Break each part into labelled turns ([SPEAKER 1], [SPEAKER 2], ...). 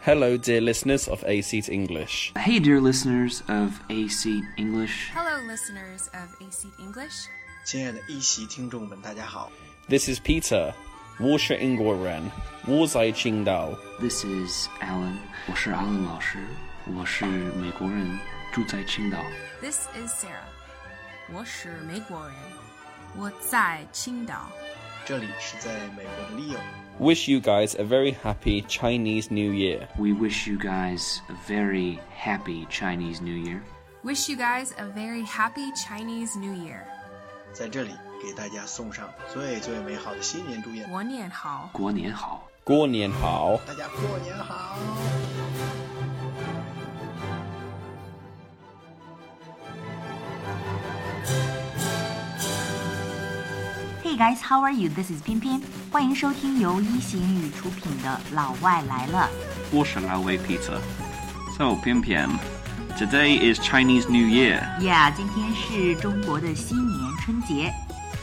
[SPEAKER 1] Hello, dear listeners of A Seat English.
[SPEAKER 2] Hey, dear listeners of AC English.
[SPEAKER 3] Hello, listeners of AC English.
[SPEAKER 4] 亲爱的一席听众们，大家好，
[SPEAKER 1] This is Peter. 我是英国人，我在青岛。
[SPEAKER 2] This is Alan. 我是 Alan 老师，我是美国人，住在青岛。
[SPEAKER 3] This is Sarah. 我是美国人，我在青岛。
[SPEAKER 4] 这里是在美国的 Leo。
[SPEAKER 1] Wish you guys a very happy Chinese New Year.
[SPEAKER 2] We wish you guys a very happy Chinese New Year.
[SPEAKER 3] Wish you guys a very happy Chinese New Year.
[SPEAKER 4] 在这里给大家送上最最美好的新年祝愿，
[SPEAKER 3] 我念好。
[SPEAKER 2] 国年好！
[SPEAKER 1] 过年好。
[SPEAKER 4] 大家过年好！
[SPEAKER 5] Hey guys, how are you? This is 偏偏，欢迎收听由一席英语出品的《老外来了
[SPEAKER 6] 我是老外 Peter。So 偏偏，Today is Chinese New Year.》。
[SPEAKER 5] Yeah，今天是中国的新年春节。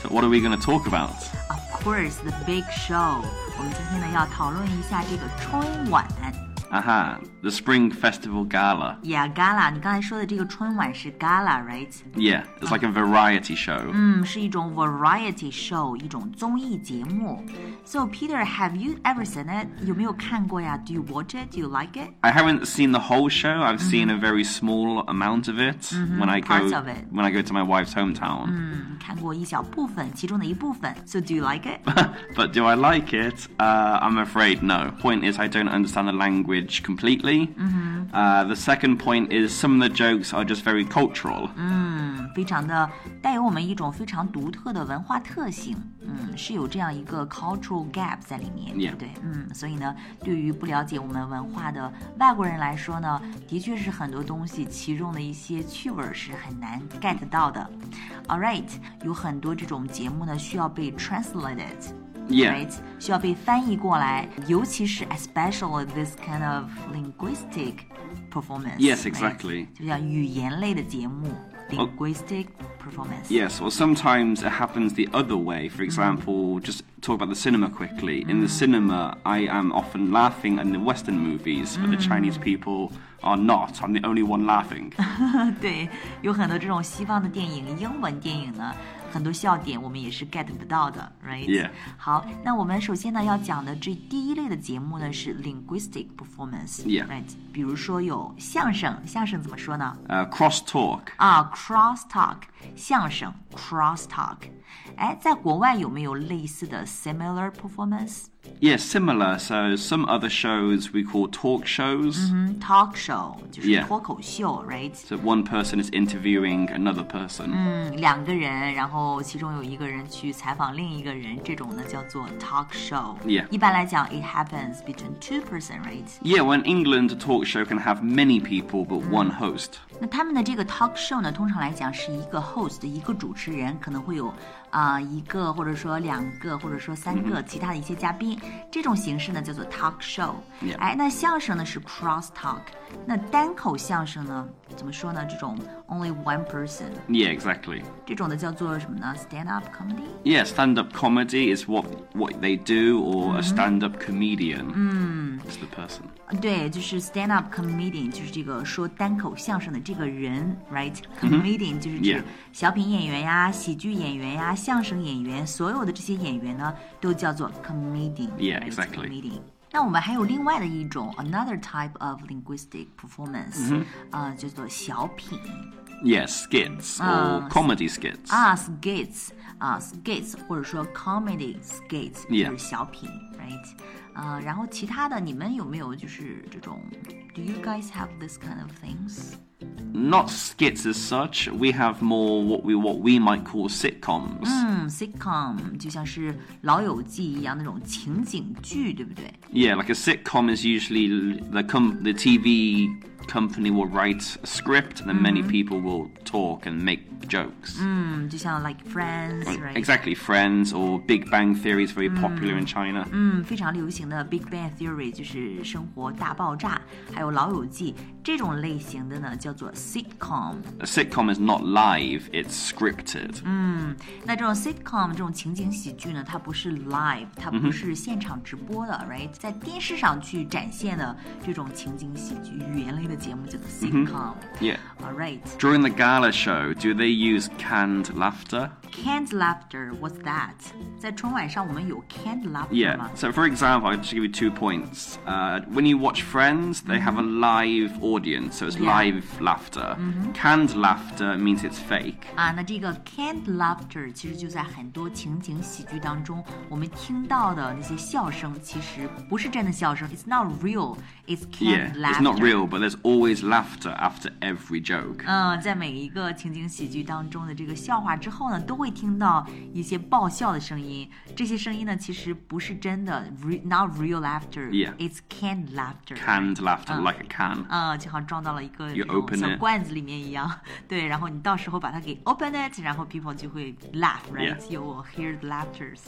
[SPEAKER 6] So what are we going to talk about?
[SPEAKER 5] Of course, the big show。我们今天呢要讨论一下这个春晚。
[SPEAKER 6] Aha, the Spring Festival Gala.
[SPEAKER 5] Yeah, gala。你刚才说的这个春晚是 gala, right？
[SPEAKER 6] Yeah, it's like a variety show.
[SPEAKER 5] 嗯，是一种 variety show，一种综艺节目。So Peter, have you ever seen it？有没有看过呀？Do you watch it? Do you like it?
[SPEAKER 6] I haven't seen the whole show. I've seen a very small amount of it when I go
[SPEAKER 5] Mm-hmm. parts of it.
[SPEAKER 6] when I go to my wife's hometown.
[SPEAKER 5] 嗯，看过一小部分，其中的一部分。So do you like it？
[SPEAKER 6] But do I like it? Uh, I'm afraid no. Point is, I don't understand the language completely. Uh, the second point is some of the jokes are just very cultural.
[SPEAKER 5] 非常的带有我们一种非常独特的文化特性，嗯，是有这样一个 cultural gap 在里面
[SPEAKER 6] Yeah.
[SPEAKER 5] 对不对？嗯，所以呢，对于不了解我们文化的外国人来说呢，的确是很多东西其中的一些趣味儿是很难 get 到的。All right，有很多这种节目呢需要被 translated。
[SPEAKER 6] Yeah.
[SPEAKER 5] Right，需要被翻译过来，尤其是 especially this kind of linguistic performance。
[SPEAKER 6] Yes,
[SPEAKER 5] right？
[SPEAKER 6] exactly.
[SPEAKER 5] 就像语言类的节目
[SPEAKER 6] Oh.
[SPEAKER 5] ，linguistic performance。
[SPEAKER 6] Yes, well, sometimes it happens the other way. For example, just talk about the cinema quickly. In the cinema, I am often laughing in the Western movies, but the Chinese people are not. I'm the only one laughing.
[SPEAKER 5] 对，有很多这种西方的电影，英文电影呢，很多笑点我们也是 get 不到的，right？、
[SPEAKER 6] Yeah
[SPEAKER 5] 好，那我们首先呢要讲的这第一类的节目呢是 linguistic performance，right？、
[SPEAKER 6] Yeah
[SPEAKER 5] 比如说有相声，相声怎么说呢？
[SPEAKER 6] Uh, cross talk.
[SPEAKER 5] 啊，cross talk，相声 cross talk。哎，在国外有没有类似的 similar performance？
[SPEAKER 6] Yeah, similar. So some other shows we call talk shows.
[SPEAKER 2] Mm-hmm.
[SPEAKER 5] 嗯，talk show 就是
[SPEAKER 6] Yeah
[SPEAKER 5] 脱口秀，right？
[SPEAKER 6] So one person is interviewing another person.
[SPEAKER 2] Mm.
[SPEAKER 5] 嗯两个人，然后其中有一个人去采访另一个人，这种呢叫做 talk show。
[SPEAKER 6] Yeah
[SPEAKER 5] 一般来讲，it happens between two person, right？
[SPEAKER 6] Yeah, well, in England, a talk show can have many people but one host.
[SPEAKER 5] 那他们的这个 talk show 呢，通常来讲是一个 host，一个主持人，可能会有啊、呃一个或者说两个或者说三
[SPEAKER 6] 嗯
[SPEAKER 5] 个其他的一些嘉宾，这种形式呢叫做 talk show。
[SPEAKER 6] Yeah
[SPEAKER 5] 哎，那相声呢是 cross talk，那单口相声呢怎么说呢？这种 only one person，
[SPEAKER 6] Yeah, exactly.
[SPEAKER 5] 这种的叫做什么呢？stand up comedy。
[SPEAKER 6] Yeah, stand-up comedy is what what they do, or
[SPEAKER 5] Mm-hmm.
[SPEAKER 6] a stand-up comedian.
[SPEAKER 5] Mm.
[SPEAKER 6] It's the person.
[SPEAKER 5] 对，就是 stand up comedian，就是这个说单口相声的这个人，right？comedian、就是指
[SPEAKER 6] 嗯 Yeah
[SPEAKER 5] 小品演员呀、喜剧演员呀、相声演员，所有的这些演员呢，都叫做 comedian。
[SPEAKER 6] Yeah,
[SPEAKER 5] right?
[SPEAKER 6] exactly.
[SPEAKER 5] Comedian。那我们还有另外的一种 another type of linguistic
[SPEAKER 6] 嗯
[SPEAKER 5] performance，、呃，叫做小品
[SPEAKER 6] Yeah, skits
[SPEAKER 2] Ah.
[SPEAKER 6] or comedy skits.
[SPEAKER 5] 啊，skits 啊，skits，或者说 comedy skits，、
[SPEAKER 6] Yeah
[SPEAKER 5] 就是小品，right？呃，然后其他的你们有没有就是这种？Do you guys have this kind of things？
[SPEAKER 6] Not skits as such. We have more what we what we might call sitcoms.
[SPEAKER 2] Mm.
[SPEAKER 5] 嗯，sitcom 就像是《老友记》一样那种情景剧，对不对？
[SPEAKER 6] Yeah, like a sitcom is usually the com- the TV company will write a script, and then many
[SPEAKER 5] Mm-hmm.
[SPEAKER 6] people will talk and make jokes.
[SPEAKER 5] 嗯，就像 like Friends，right？
[SPEAKER 6] Exactly, Friends or Big Bang Theory is very popular
[SPEAKER 5] Mm.
[SPEAKER 6] in China.
[SPEAKER 5] 嗯，非常流行的《Big Bang Theory》就是《生活大爆炸》，还有《老友记》这种类型的呢，叫做 sitcom。
[SPEAKER 6] A sitcom is not live, it's scripted.
[SPEAKER 5] Mm, 那这种 sitcom 这种情景喜剧呢，它不是 live，它
[SPEAKER 6] 嗯
[SPEAKER 5] 不是现场直播的、r i g h t 在电视上去展现的这种情景喜剧语言类的节目叫做
[SPEAKER 6] 嗯
[SPEAKER 5] sitcom。
[SPEAKER 6] Yeah.
[SPEAKER 5] All right,
[SPEAKER 6] During the gala show, do they use canned laughter?
[SPEAKER 5] canned laughter. What's that？在春晚上我们有 canned laughter 吗
[SPEAKER 6] Yeah. So, for example, I'll just give you two points. Uh, when you watch Friends, they have a live audience, so it's
[SPEAKER 5] Mm-hmm. Yeah. Mm-hmm.
[SPEAKER 6] live laughter. Canned laughter means it's fake.
[SPEAKER 5] 啊，那这个 canned laughter 其实就在很多情景喜剧当中，我们听到的那些笑声其实不是真的笑声，it's not real, it's
[SPEAKER 6] Yeah,
[SPEAKER 5] canned laughter。Uh,
[SPEAKER 6] it's not real, but there's always laughter after every joke.
[SPEAKER 5] 嗯，在每一个情景喜剧当中的这个笑话之后呢，都会听到一些爆笑的声音。这些声音呢，其实不是真的，re-，not real laughter。
[SPEAKER 6] Yeah.
[SPEAKER 5] It's canned laughter。
[SPEAKER 6] Canned laughter,
[SPEAKER 5] uh,
[SPEAKER 6] like a can.
[SPEAKER 5] 嗯，就好像装到了一个
[SPEAKER 6] You
[SPEAKER 5] 那种
[SPEAKER 6] open
[SPEAKER 5] 小
[SPEAKER 6] it.
[SPEAKER 5] 罐子里面一样， 对，然后你到时候把它给 open it，然后 people 就会 laugh，right？、
[SPEAKER 6] Yeah.
[SPEAKER 5] You will hear the laughters。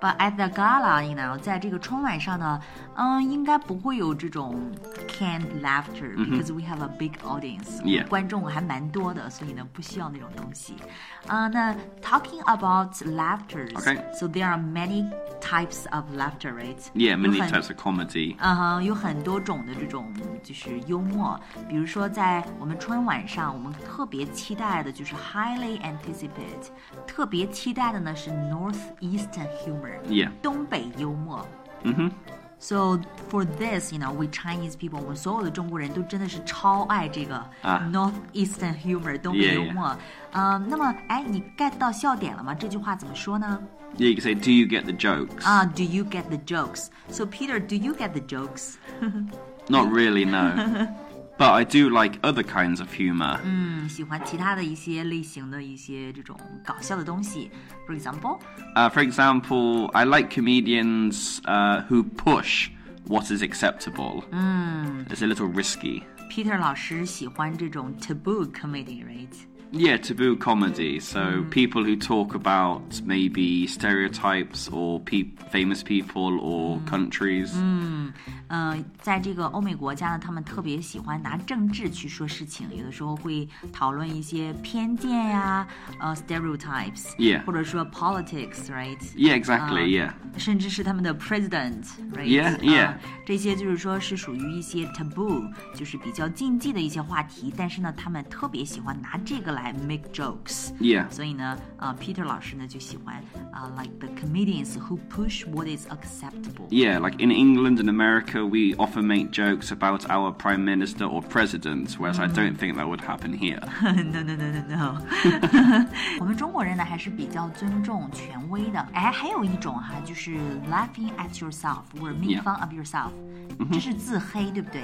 [SPEAKER 5] But at the gala, you know，在这个春晚上呢，嗯，应该不会有这种 canned laughter、because we have a big audience，、
[SPEAKER 6] 嗯 Yeah.
[SPEAKER 5] 观众还蛮多的，所以呢不需要那种东西。啊、那 talking about laughters，、
[SPEAKER 6] Okay.
[SPEAKER 5] so there are many types of laughter，right？
[SPEAKER 6] yeah,
[SPEAKER 5] 有
[SPEAKER 6] many
[SPEAKER 5] 很
[SPEAKER 6] types of comedy.
[SPEAKER 5] 嗯哼，有很多种的这种就是幽默，比如说在我们春晚上，我们特别期待的就是 highly anticipate，特别期待的呢是 northeastern humor，
[SPEAKER 6] Yeah. 嗯
[SPEAKER 5] 东北幽默。So for this, you know, we Chinese people，我们所有的中国人都真的是超爱这个
[SPEAKER 6] 啊
[SPEAKER 5] northeastern humor，东北
[SPEAKER 6] Yeah,
[SPEAKER 5] 幽默。嗯，那么哎，你 get 到笑点了吗？这句话怎么说呢？
[SPEAKER 6] Yeah, you can say, do you get the jokes?
[SPEAKER 5] 啊、d o you get the jokes? So Peter, do you get the jokes?
[SPEAKER 6] Not really, no. but I do like other kinds of humor.
[SPEAKER 5] 喜欢其他的一些类型的一些这种搞笑的东西。For example，
[SPEAKER 6] Uh, for example, I like comedians uh, who push what is acceptable.
[SPEAKER 5] Mm.
[SPEAKER 6] It's a little risky.
[SPEAKER 5] Peter 老师喜欢这种 taboo comedy，right？
[SPEAKER 6] Yeah, taboo comedy. So
[SPEAKER 5] Mm.
[SPEAKER 6] people who talk about maybe stereotypes or pe- famous people
[SPEAKER 5] Mm.
[SPEAKER 6] or countries.
[SPEAKER 5] 嗯、在这个欧美国家呢，他们特别喜欢拿政治去说事情，有的时候会讨论一些偏见呀、呃 stereotypes，、
[SPEAKER 6] Yeah
[SPEAKER 5] 或者说 politics，right？
[SPEAKER 6] Yeah, exactly.
[SPEAKER 5] Uh,
[SPEAKER 6] yeah.
[SPEAKER 5] 甚至是他们的 president，right？、
[SPEAKER 6] Yeah, yeah.
[SPEAKER 5] 啊这些就是说是属于一些 taboo，就是比较禁忌的一些话题，但是呢，他们特别喜欢拿这个来 make jokes。
[SPEAKER 6] Yeah.
[SPEAKER 5] 所以呢，呃，Peter 老师呢就喜欢啊、l i k e the comedians who push what is acceptable。
[SPEAKER 6] Yeah, like in England and America, we often make jokes about our prime minister or president, whereas I don't
[SPEAKER 5] Mm.
[SPEAKER 6] think that would happen here.
[SPEAKER 5] no no no no no 我们中国人呢还是比较尊重权威的。哎，还有一种哈、就是 laughing at yourself 或者 make
[SPEAKER 6] Yeah. 嗯
[SPEAKER 5] fun of yourself，、这是自黑，对不对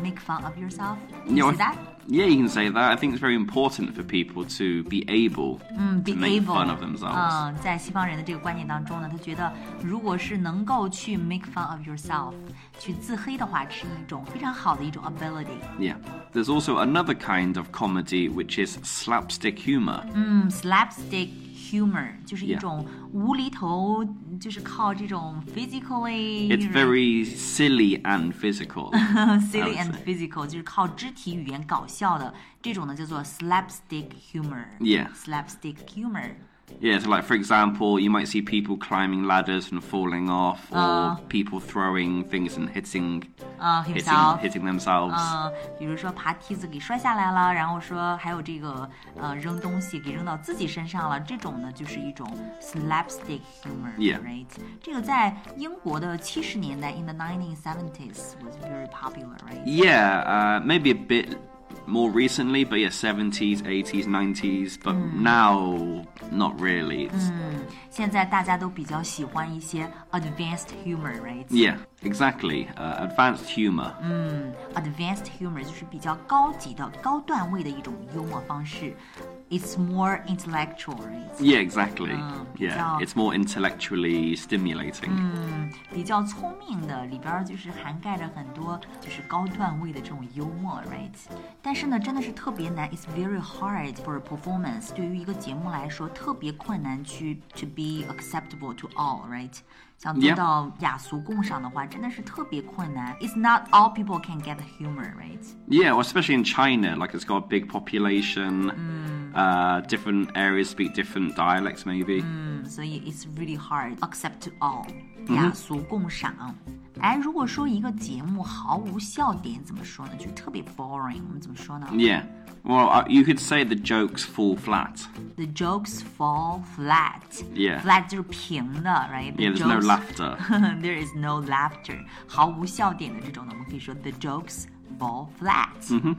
[SPEAKER 5] ？Make fun of yourself，你
[SPEAKER 6] Yeah, I-
[SPEAKER 5] 知道？
[SPEAKER 6] yeah, you can say that. I think it's very important for people to be able to
[SPEAKER 5] 嗯 Be
[SPEAKER 6] make
[SPEAKER 5] able
[SPEAKER 6] fun of themselves.
[SPEAKER 5] 嗯，在西方人的这个观念当中呢，他觉得如果是能够去 make fun of yourself，去自黑的话，是一种非常好的一种 ability。
[SPEAKER 6] Yeah. There's also another kind of comedy, which is slapstick humor.
[SPEAKER 5] 嗯，slapstick humor 就是一
[SPEAKER 6] Yeah.
[SPEAKER 5] 种无厘头，就是靠这种 physically
[SPEAKER 6] It's very silly and physical.
[SPEAKER 5] silly
[SPEAKER 6] I would
[SPEAKER 5] and
[SPEAKER 6] say.
[SPEAKER 5] physical，就是靠肢体语言搞笑的这种呢，叫做 slapstick humor。
[SPEAKER 6] Yeah.
[SPEAKER 5] slapstick humor。
[SPEAKER 6] yeah, so like for example, you might see people climbing ladders and falling off, or
[SPEAKER 5] Uh.
[SPEAKER 6] people throwing things and hitting,
[SPEAKER 5] 呃 h i m s e l
[SPEAKER 6] hitting,
[SPEAKER 5] f
[SPEAKER 6] hitting themselves.
[SPEAKER 5] 嗯，比如说爬梯子给摔下来了，然后说还有这个呃扔东西给扔到自己身上了，这种呢就是一种 slapstick
[SPEAKER 6] Yeah.
[SPEAKER 5] humor，right？这个在英国的七十年代 in the 1970s was very popular，right？
[SPEAKER 6] Yeah, uh, maybe a bit more recently, but yeah, 70s, 80s, 90s, but now, not really. It's-
[SPEAKER 5] 现在大家都比较喜欢一些 advanced humor，right？
[SPEAKER 6] Yeah, exactly. Uh, advanced humor.
[SPEAKER 5] advanced humor 就是比较高级的、高段位的一种幽默方式。 it's more intellectual, right?
[SPEAKER 6] Yeah, exactly. yeah,
[SPEAKER 5] so-
[SPEAKER 6] it's more intellectually stimulating.
[SPEAKER 5] 比较聪明的里边儿就是涵盖着很多就是高段位的这种幽默，right？但是呢，真的是特别难，it's very hard for a performance。对于一个节目来说，特别困难去 to be acceptable to all，right？想做
[SPEAKER 6] Yeah.
[SPEAKER 5] 到雅俗共赏的话，真的是特别困难。It's not all people can get humor，right？
[SPEAKER 6] Yeah, well, especially in China, like it's got a big population. Uh, different areas speak different dialects, maybe.
[SPEAKER 5] 嗯所以 it's really hard accept to all，雅
[SPEAKER 6] 嗯
[SPEAKER 5] 俗共赏。哎，如果说一个节目毫无笑点，怎么说呢？就特别 boring，我们怎么说呢
[SPEAKER 6] Yeah. Well, uh, you could say the jokes fall flat.
[SPEAKER 5] ？The jokes fall flat。
[SPEAKER 6] Yeah.
[SPEAKER 5] Flat 就是平的，right？The
[SPEAKER 6] Yeah, there's no
[SPEAKER 5] jokes-
[SPEAKER 6] laughter.
[SPEAKER 5] There is no laughter，毫无笑点的这种呢，我们可以说 the jokes fall flat。嗯哼。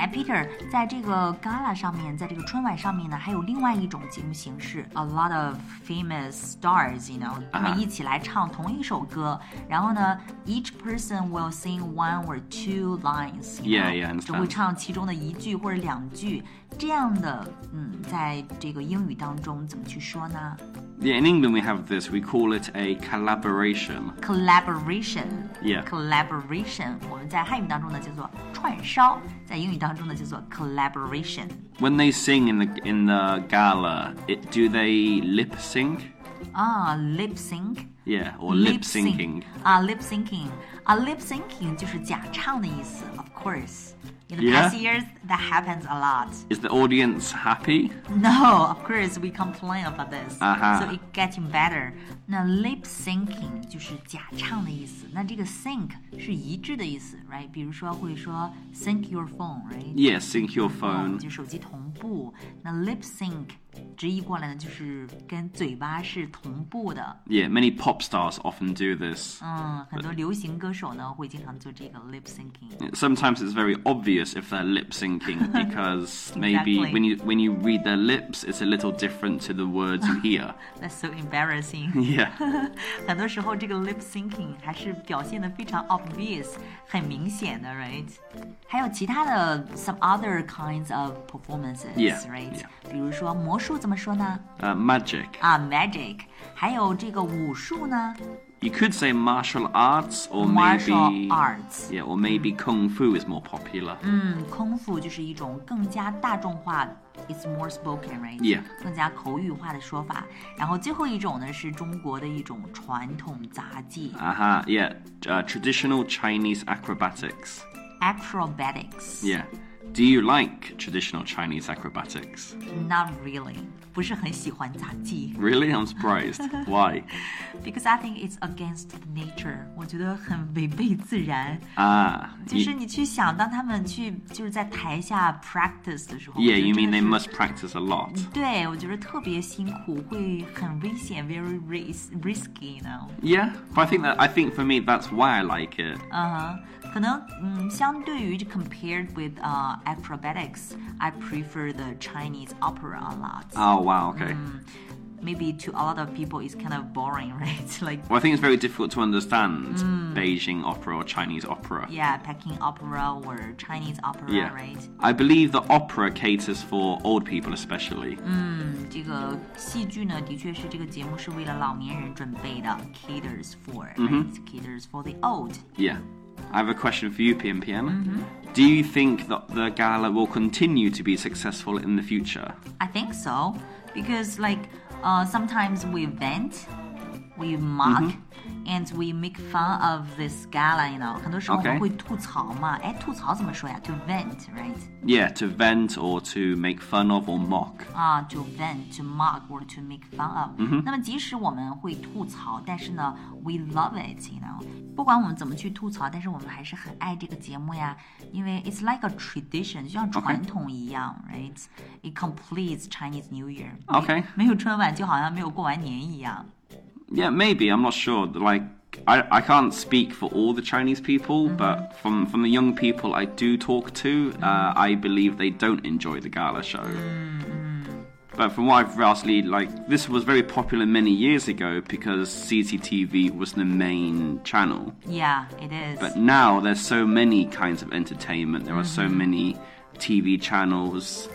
[SPEAKER 5] 哎，Peter，在这个 gala 上面，在这个春晚上面呢，还有另外一种节目形式，a lot of famous stars，you know，他
[SPEAKER 6] 啊
[SPEAKER 5] 们一起来唱同一首歌，然后呢，each person will sing one or two lines，you
[SPEAKER 6] Yeah, yeah,
[SPEAKER 5] know，
[SPEAKER 6] I
[SPEAKER 5] 只会
[SPEAKER 6] understand.
[SPEAKER 5] 唱其中的一句或者两句，这样的，嗯，在这个英语当中怎么去说呢
[SPEAKER 6] Yeah, in England we have this. We call it a collaboration.
[SPEAKER 5] ？Collaboration。
[SPEAKER 6] Yeah.
[SPEAKER 5] collaboration，我们在汉语当中呢叫做串烧，在英语当中呢叫做 collaboration。
[SPEAKER 6] When they sing in the in the gala, it, do they lip sync?
[SPEAKER 5] 啊，lip sync。
[SPEAKER 6] Yeah, or lip syncing.
[SPEAKER 5] 啊，lip syncing 啊，lip syncing 就是假唱的意思，of course。In the
[SPEAKER 6] Yeah.
[SPEAKER 5] past years, that happens a lot.
[SPEAKER 6] Is the audience happy?
[SPEAKER 5] No, of course we complain about this.
[SPEAKER 6] 啊哈
[SPEAKER 5] So it getting better. 那 lip syncing 就是假唱的意思。那这个 sync 是一致的意思，right？比如说会说 sync your phone，right？
[SPEAKER 6] Yeah, sync your
[SPEAKER 5] 嗯
[SPEAKER 6] phone.
[SPEAKER 5] 就手机同步。那 lip sync 直译过来呢，就是跟嘴巴是同步的。
[SPEAKER 6] Yeah, many pop stars often do this.
[SPEAKER 5] 嗯，很多流行歌手呢会经常做这个 lip syncing。
[SPEAKER 6] Sometimes it's very obvious if they're lip syncing because maybe
[SPEAKER 5] Exactly.
[SPEAKER 6] when you when you read their lips, it's a little different to the words you hear.
[SPEAKER 5] That's so embarrassing。
[SPEAKER 6] yeah,
[SPEAKER 5] 很多时候这个 lip syncing 还是表现的非常 obvious，很明显的，right？还有其他的 some other kinds of
[SPEAKER 6] Yeah,
[SPEAKER 5] performances，right？
[SPEAKER 6] yeah.
[SPEAKER 5] 比如说魔术怎么说呢？
[SPEAKER 6] uh, magic.
[SPEAKER 5] 啊，magic。还有这个武术呢
[SPEAKER 6] You could say martial arts or
[SPEAKER 5] ，martial
[SPEAKER 6] maybe
[SPEAKER 5] arts。Mm.
[SPEAKER 6] Yeah, or maybe kung fu is more popular.
[SPEAKER 5] 空腹就是一种更加大众化，it's more spoken right，、
[SPEAKER 6] Yeah.
[SPEAKER 5] 更加口语化的说法。然后最后一种呢是中国的一种传统杂技、
[SPEAKER 6] Aha, yeah. Uh, traditional Chinese acrobatics.
[SPEAKER 5] acrobatics。
[SPEAKER 6] Yeah. Do you like traditional Chinese acrobatics?
[SPEAKER 5] Not really，不是很喜欢杂技
[SPEAKER 6] Really? I'm surprised. Why?
[SPEAKER 5] ，because I think it's against nature。我觉得很违背自然。
[SPEAKER 6] Ah.
[SPEAKER 5] 就
[SPEAKER 6] you-
[SPEAKER 5] 是你去想，当他们去就是在台下 practice 的时候
[SPEAKER 6] yeah,
[SPEAKER 5] 我觉得
[SPEAKER 6] you
[SPEAKER 5] 真
[SPEAKER 6] mean
[SPEAKER 5] 的
[SPEAKER 6] they
[SPEAKER 5] 是
[SPEAKER 6] must practice a lot.
[SPEAKER 5] 对，我觉得特别辛苦，会很危险，very ris risky，you know。
[SPEAKER 6] Yeah, but I think that I think for me that's why I like it.
[SPEAKER 5] Oh. 嗯哼，可能嗯，相对于 compared with 呃、acrobatics，I prefer the Chinese opera a lot.
[SPEAKER 6] Oh wow, okay.
[SPEAKER 5] Mm. Maybe to a lot of people it's kind of boring, right? Like
[SPEAKER 6] Well, I think it's very difficult to understand
[SPEAKER 5] Mm.
[SPEAKER 6] Beijing opera or Chinese opera.
[SPEAKER 5] yeah, Peking opera or Chinese opera,
[SPEAKER 6] Yeah.
[SPEAKER 5] right?
[SPEAKER 6] I believe the opera caters for old people especially.
[SPEAKER 5] 嗯这个戏剧呢，的确是这个节目是为了老年人准备的，caters for，right?
[SPEAKER 6] Mm-hmm.
[SPEAKER 5] Caters for the old.
[SPEAKER 6] Yeah. I have a question for you, PMPM.
[SPEAKER 5] Mm-hmm.
[SPEAKER 6] Do you think that the gala will continue to be successful in the future?
[SPEAKER 5] I think so, because like uh, sometimes we vent, we mock,
[SPEAKER 6] Mm-hmm.
[SPEAKER 5] and we make fun of this gala. You know，很多时候我们
[SPEAKER 6] Okay.
[SPEAKER 5] 会吐槽嘛。哎，吐槽怎么说呀？To vent, right？
[SPEAKER 6] Yeah, to vent or to make fun of or mock.
[SPEAKER 5] 啊、t o vent, to mock, or to make fun of、那么即使我们会吐槽，但是呢，we love it. You know，不管我们怎么去吐槽，但是我们还是很爱这个节目呀，因为 it's like a tradition，就像传统一样，right？It completes Chinese New Year.
[SPEAKER 6] Okay.
[SPEAKER 5] 没有春晚就好像没有过完年一样。
[SPEAKER 6] Yeah, maybe. I'm not sure. Like, I, I can't speak for all the Chinese people, but from, from the young people I do talk to, uh, I believe they don't enjoy the gala show. But from what I've vastly like, this was very popular many years ago because CCTV was the main channel.
[SPEAKER 5] Yeah, it is.
[SPEAKER 6] But now there's so many kinds of entertainment. There are so many
[SPEAKER 2] TV channels.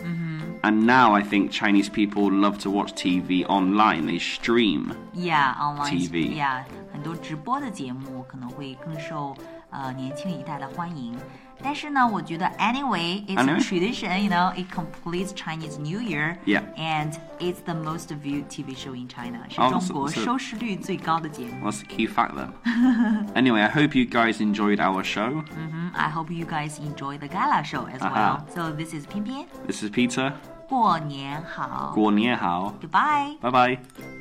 [SPEAKER 2] And now I think Chinese people love to watch TV online. They stream.
[SPEAKER 5] Yeah, online
[SPEAKER 2] TV
[SPEAKER 5] Yeah，很多直播的节目可能会更受呃年轻一代的欢迎。但是呢，我觉得 anyway it's a
[SPEAKER 2] Anyway?
[SPEAKER 5] tradition, you know, it completes Chinese New Year.
[SPEAKER 2] Yeah.
[SPEAKER 5] And it's the most viewed TV show in China，是
[SPEAKER 2] Oh,
[SPEAKER 5] 中
[SPEAKER 2] so-
[SPEAKER 5] 国
[SPEAKER 2] so-
[SPEAKER 5] 收视率最高的节目。
[SPEAKER 2] That's the key fact there. anyway, I hope you guys enjoyed our show.
[SPEAKER 5] Mm, I hope you guys enjoy the gala show as well.
[SPEAKER 2] Aha.
[SPEAKER 5] So this is 偏偏
[SPEAKER 2] This is Peter.
[SPEAKER 5] 过年好
[SPEAKER 2] 过年好.
[SPEAKER 5] Goodbye.
[SPEAKER 2] Bye bye.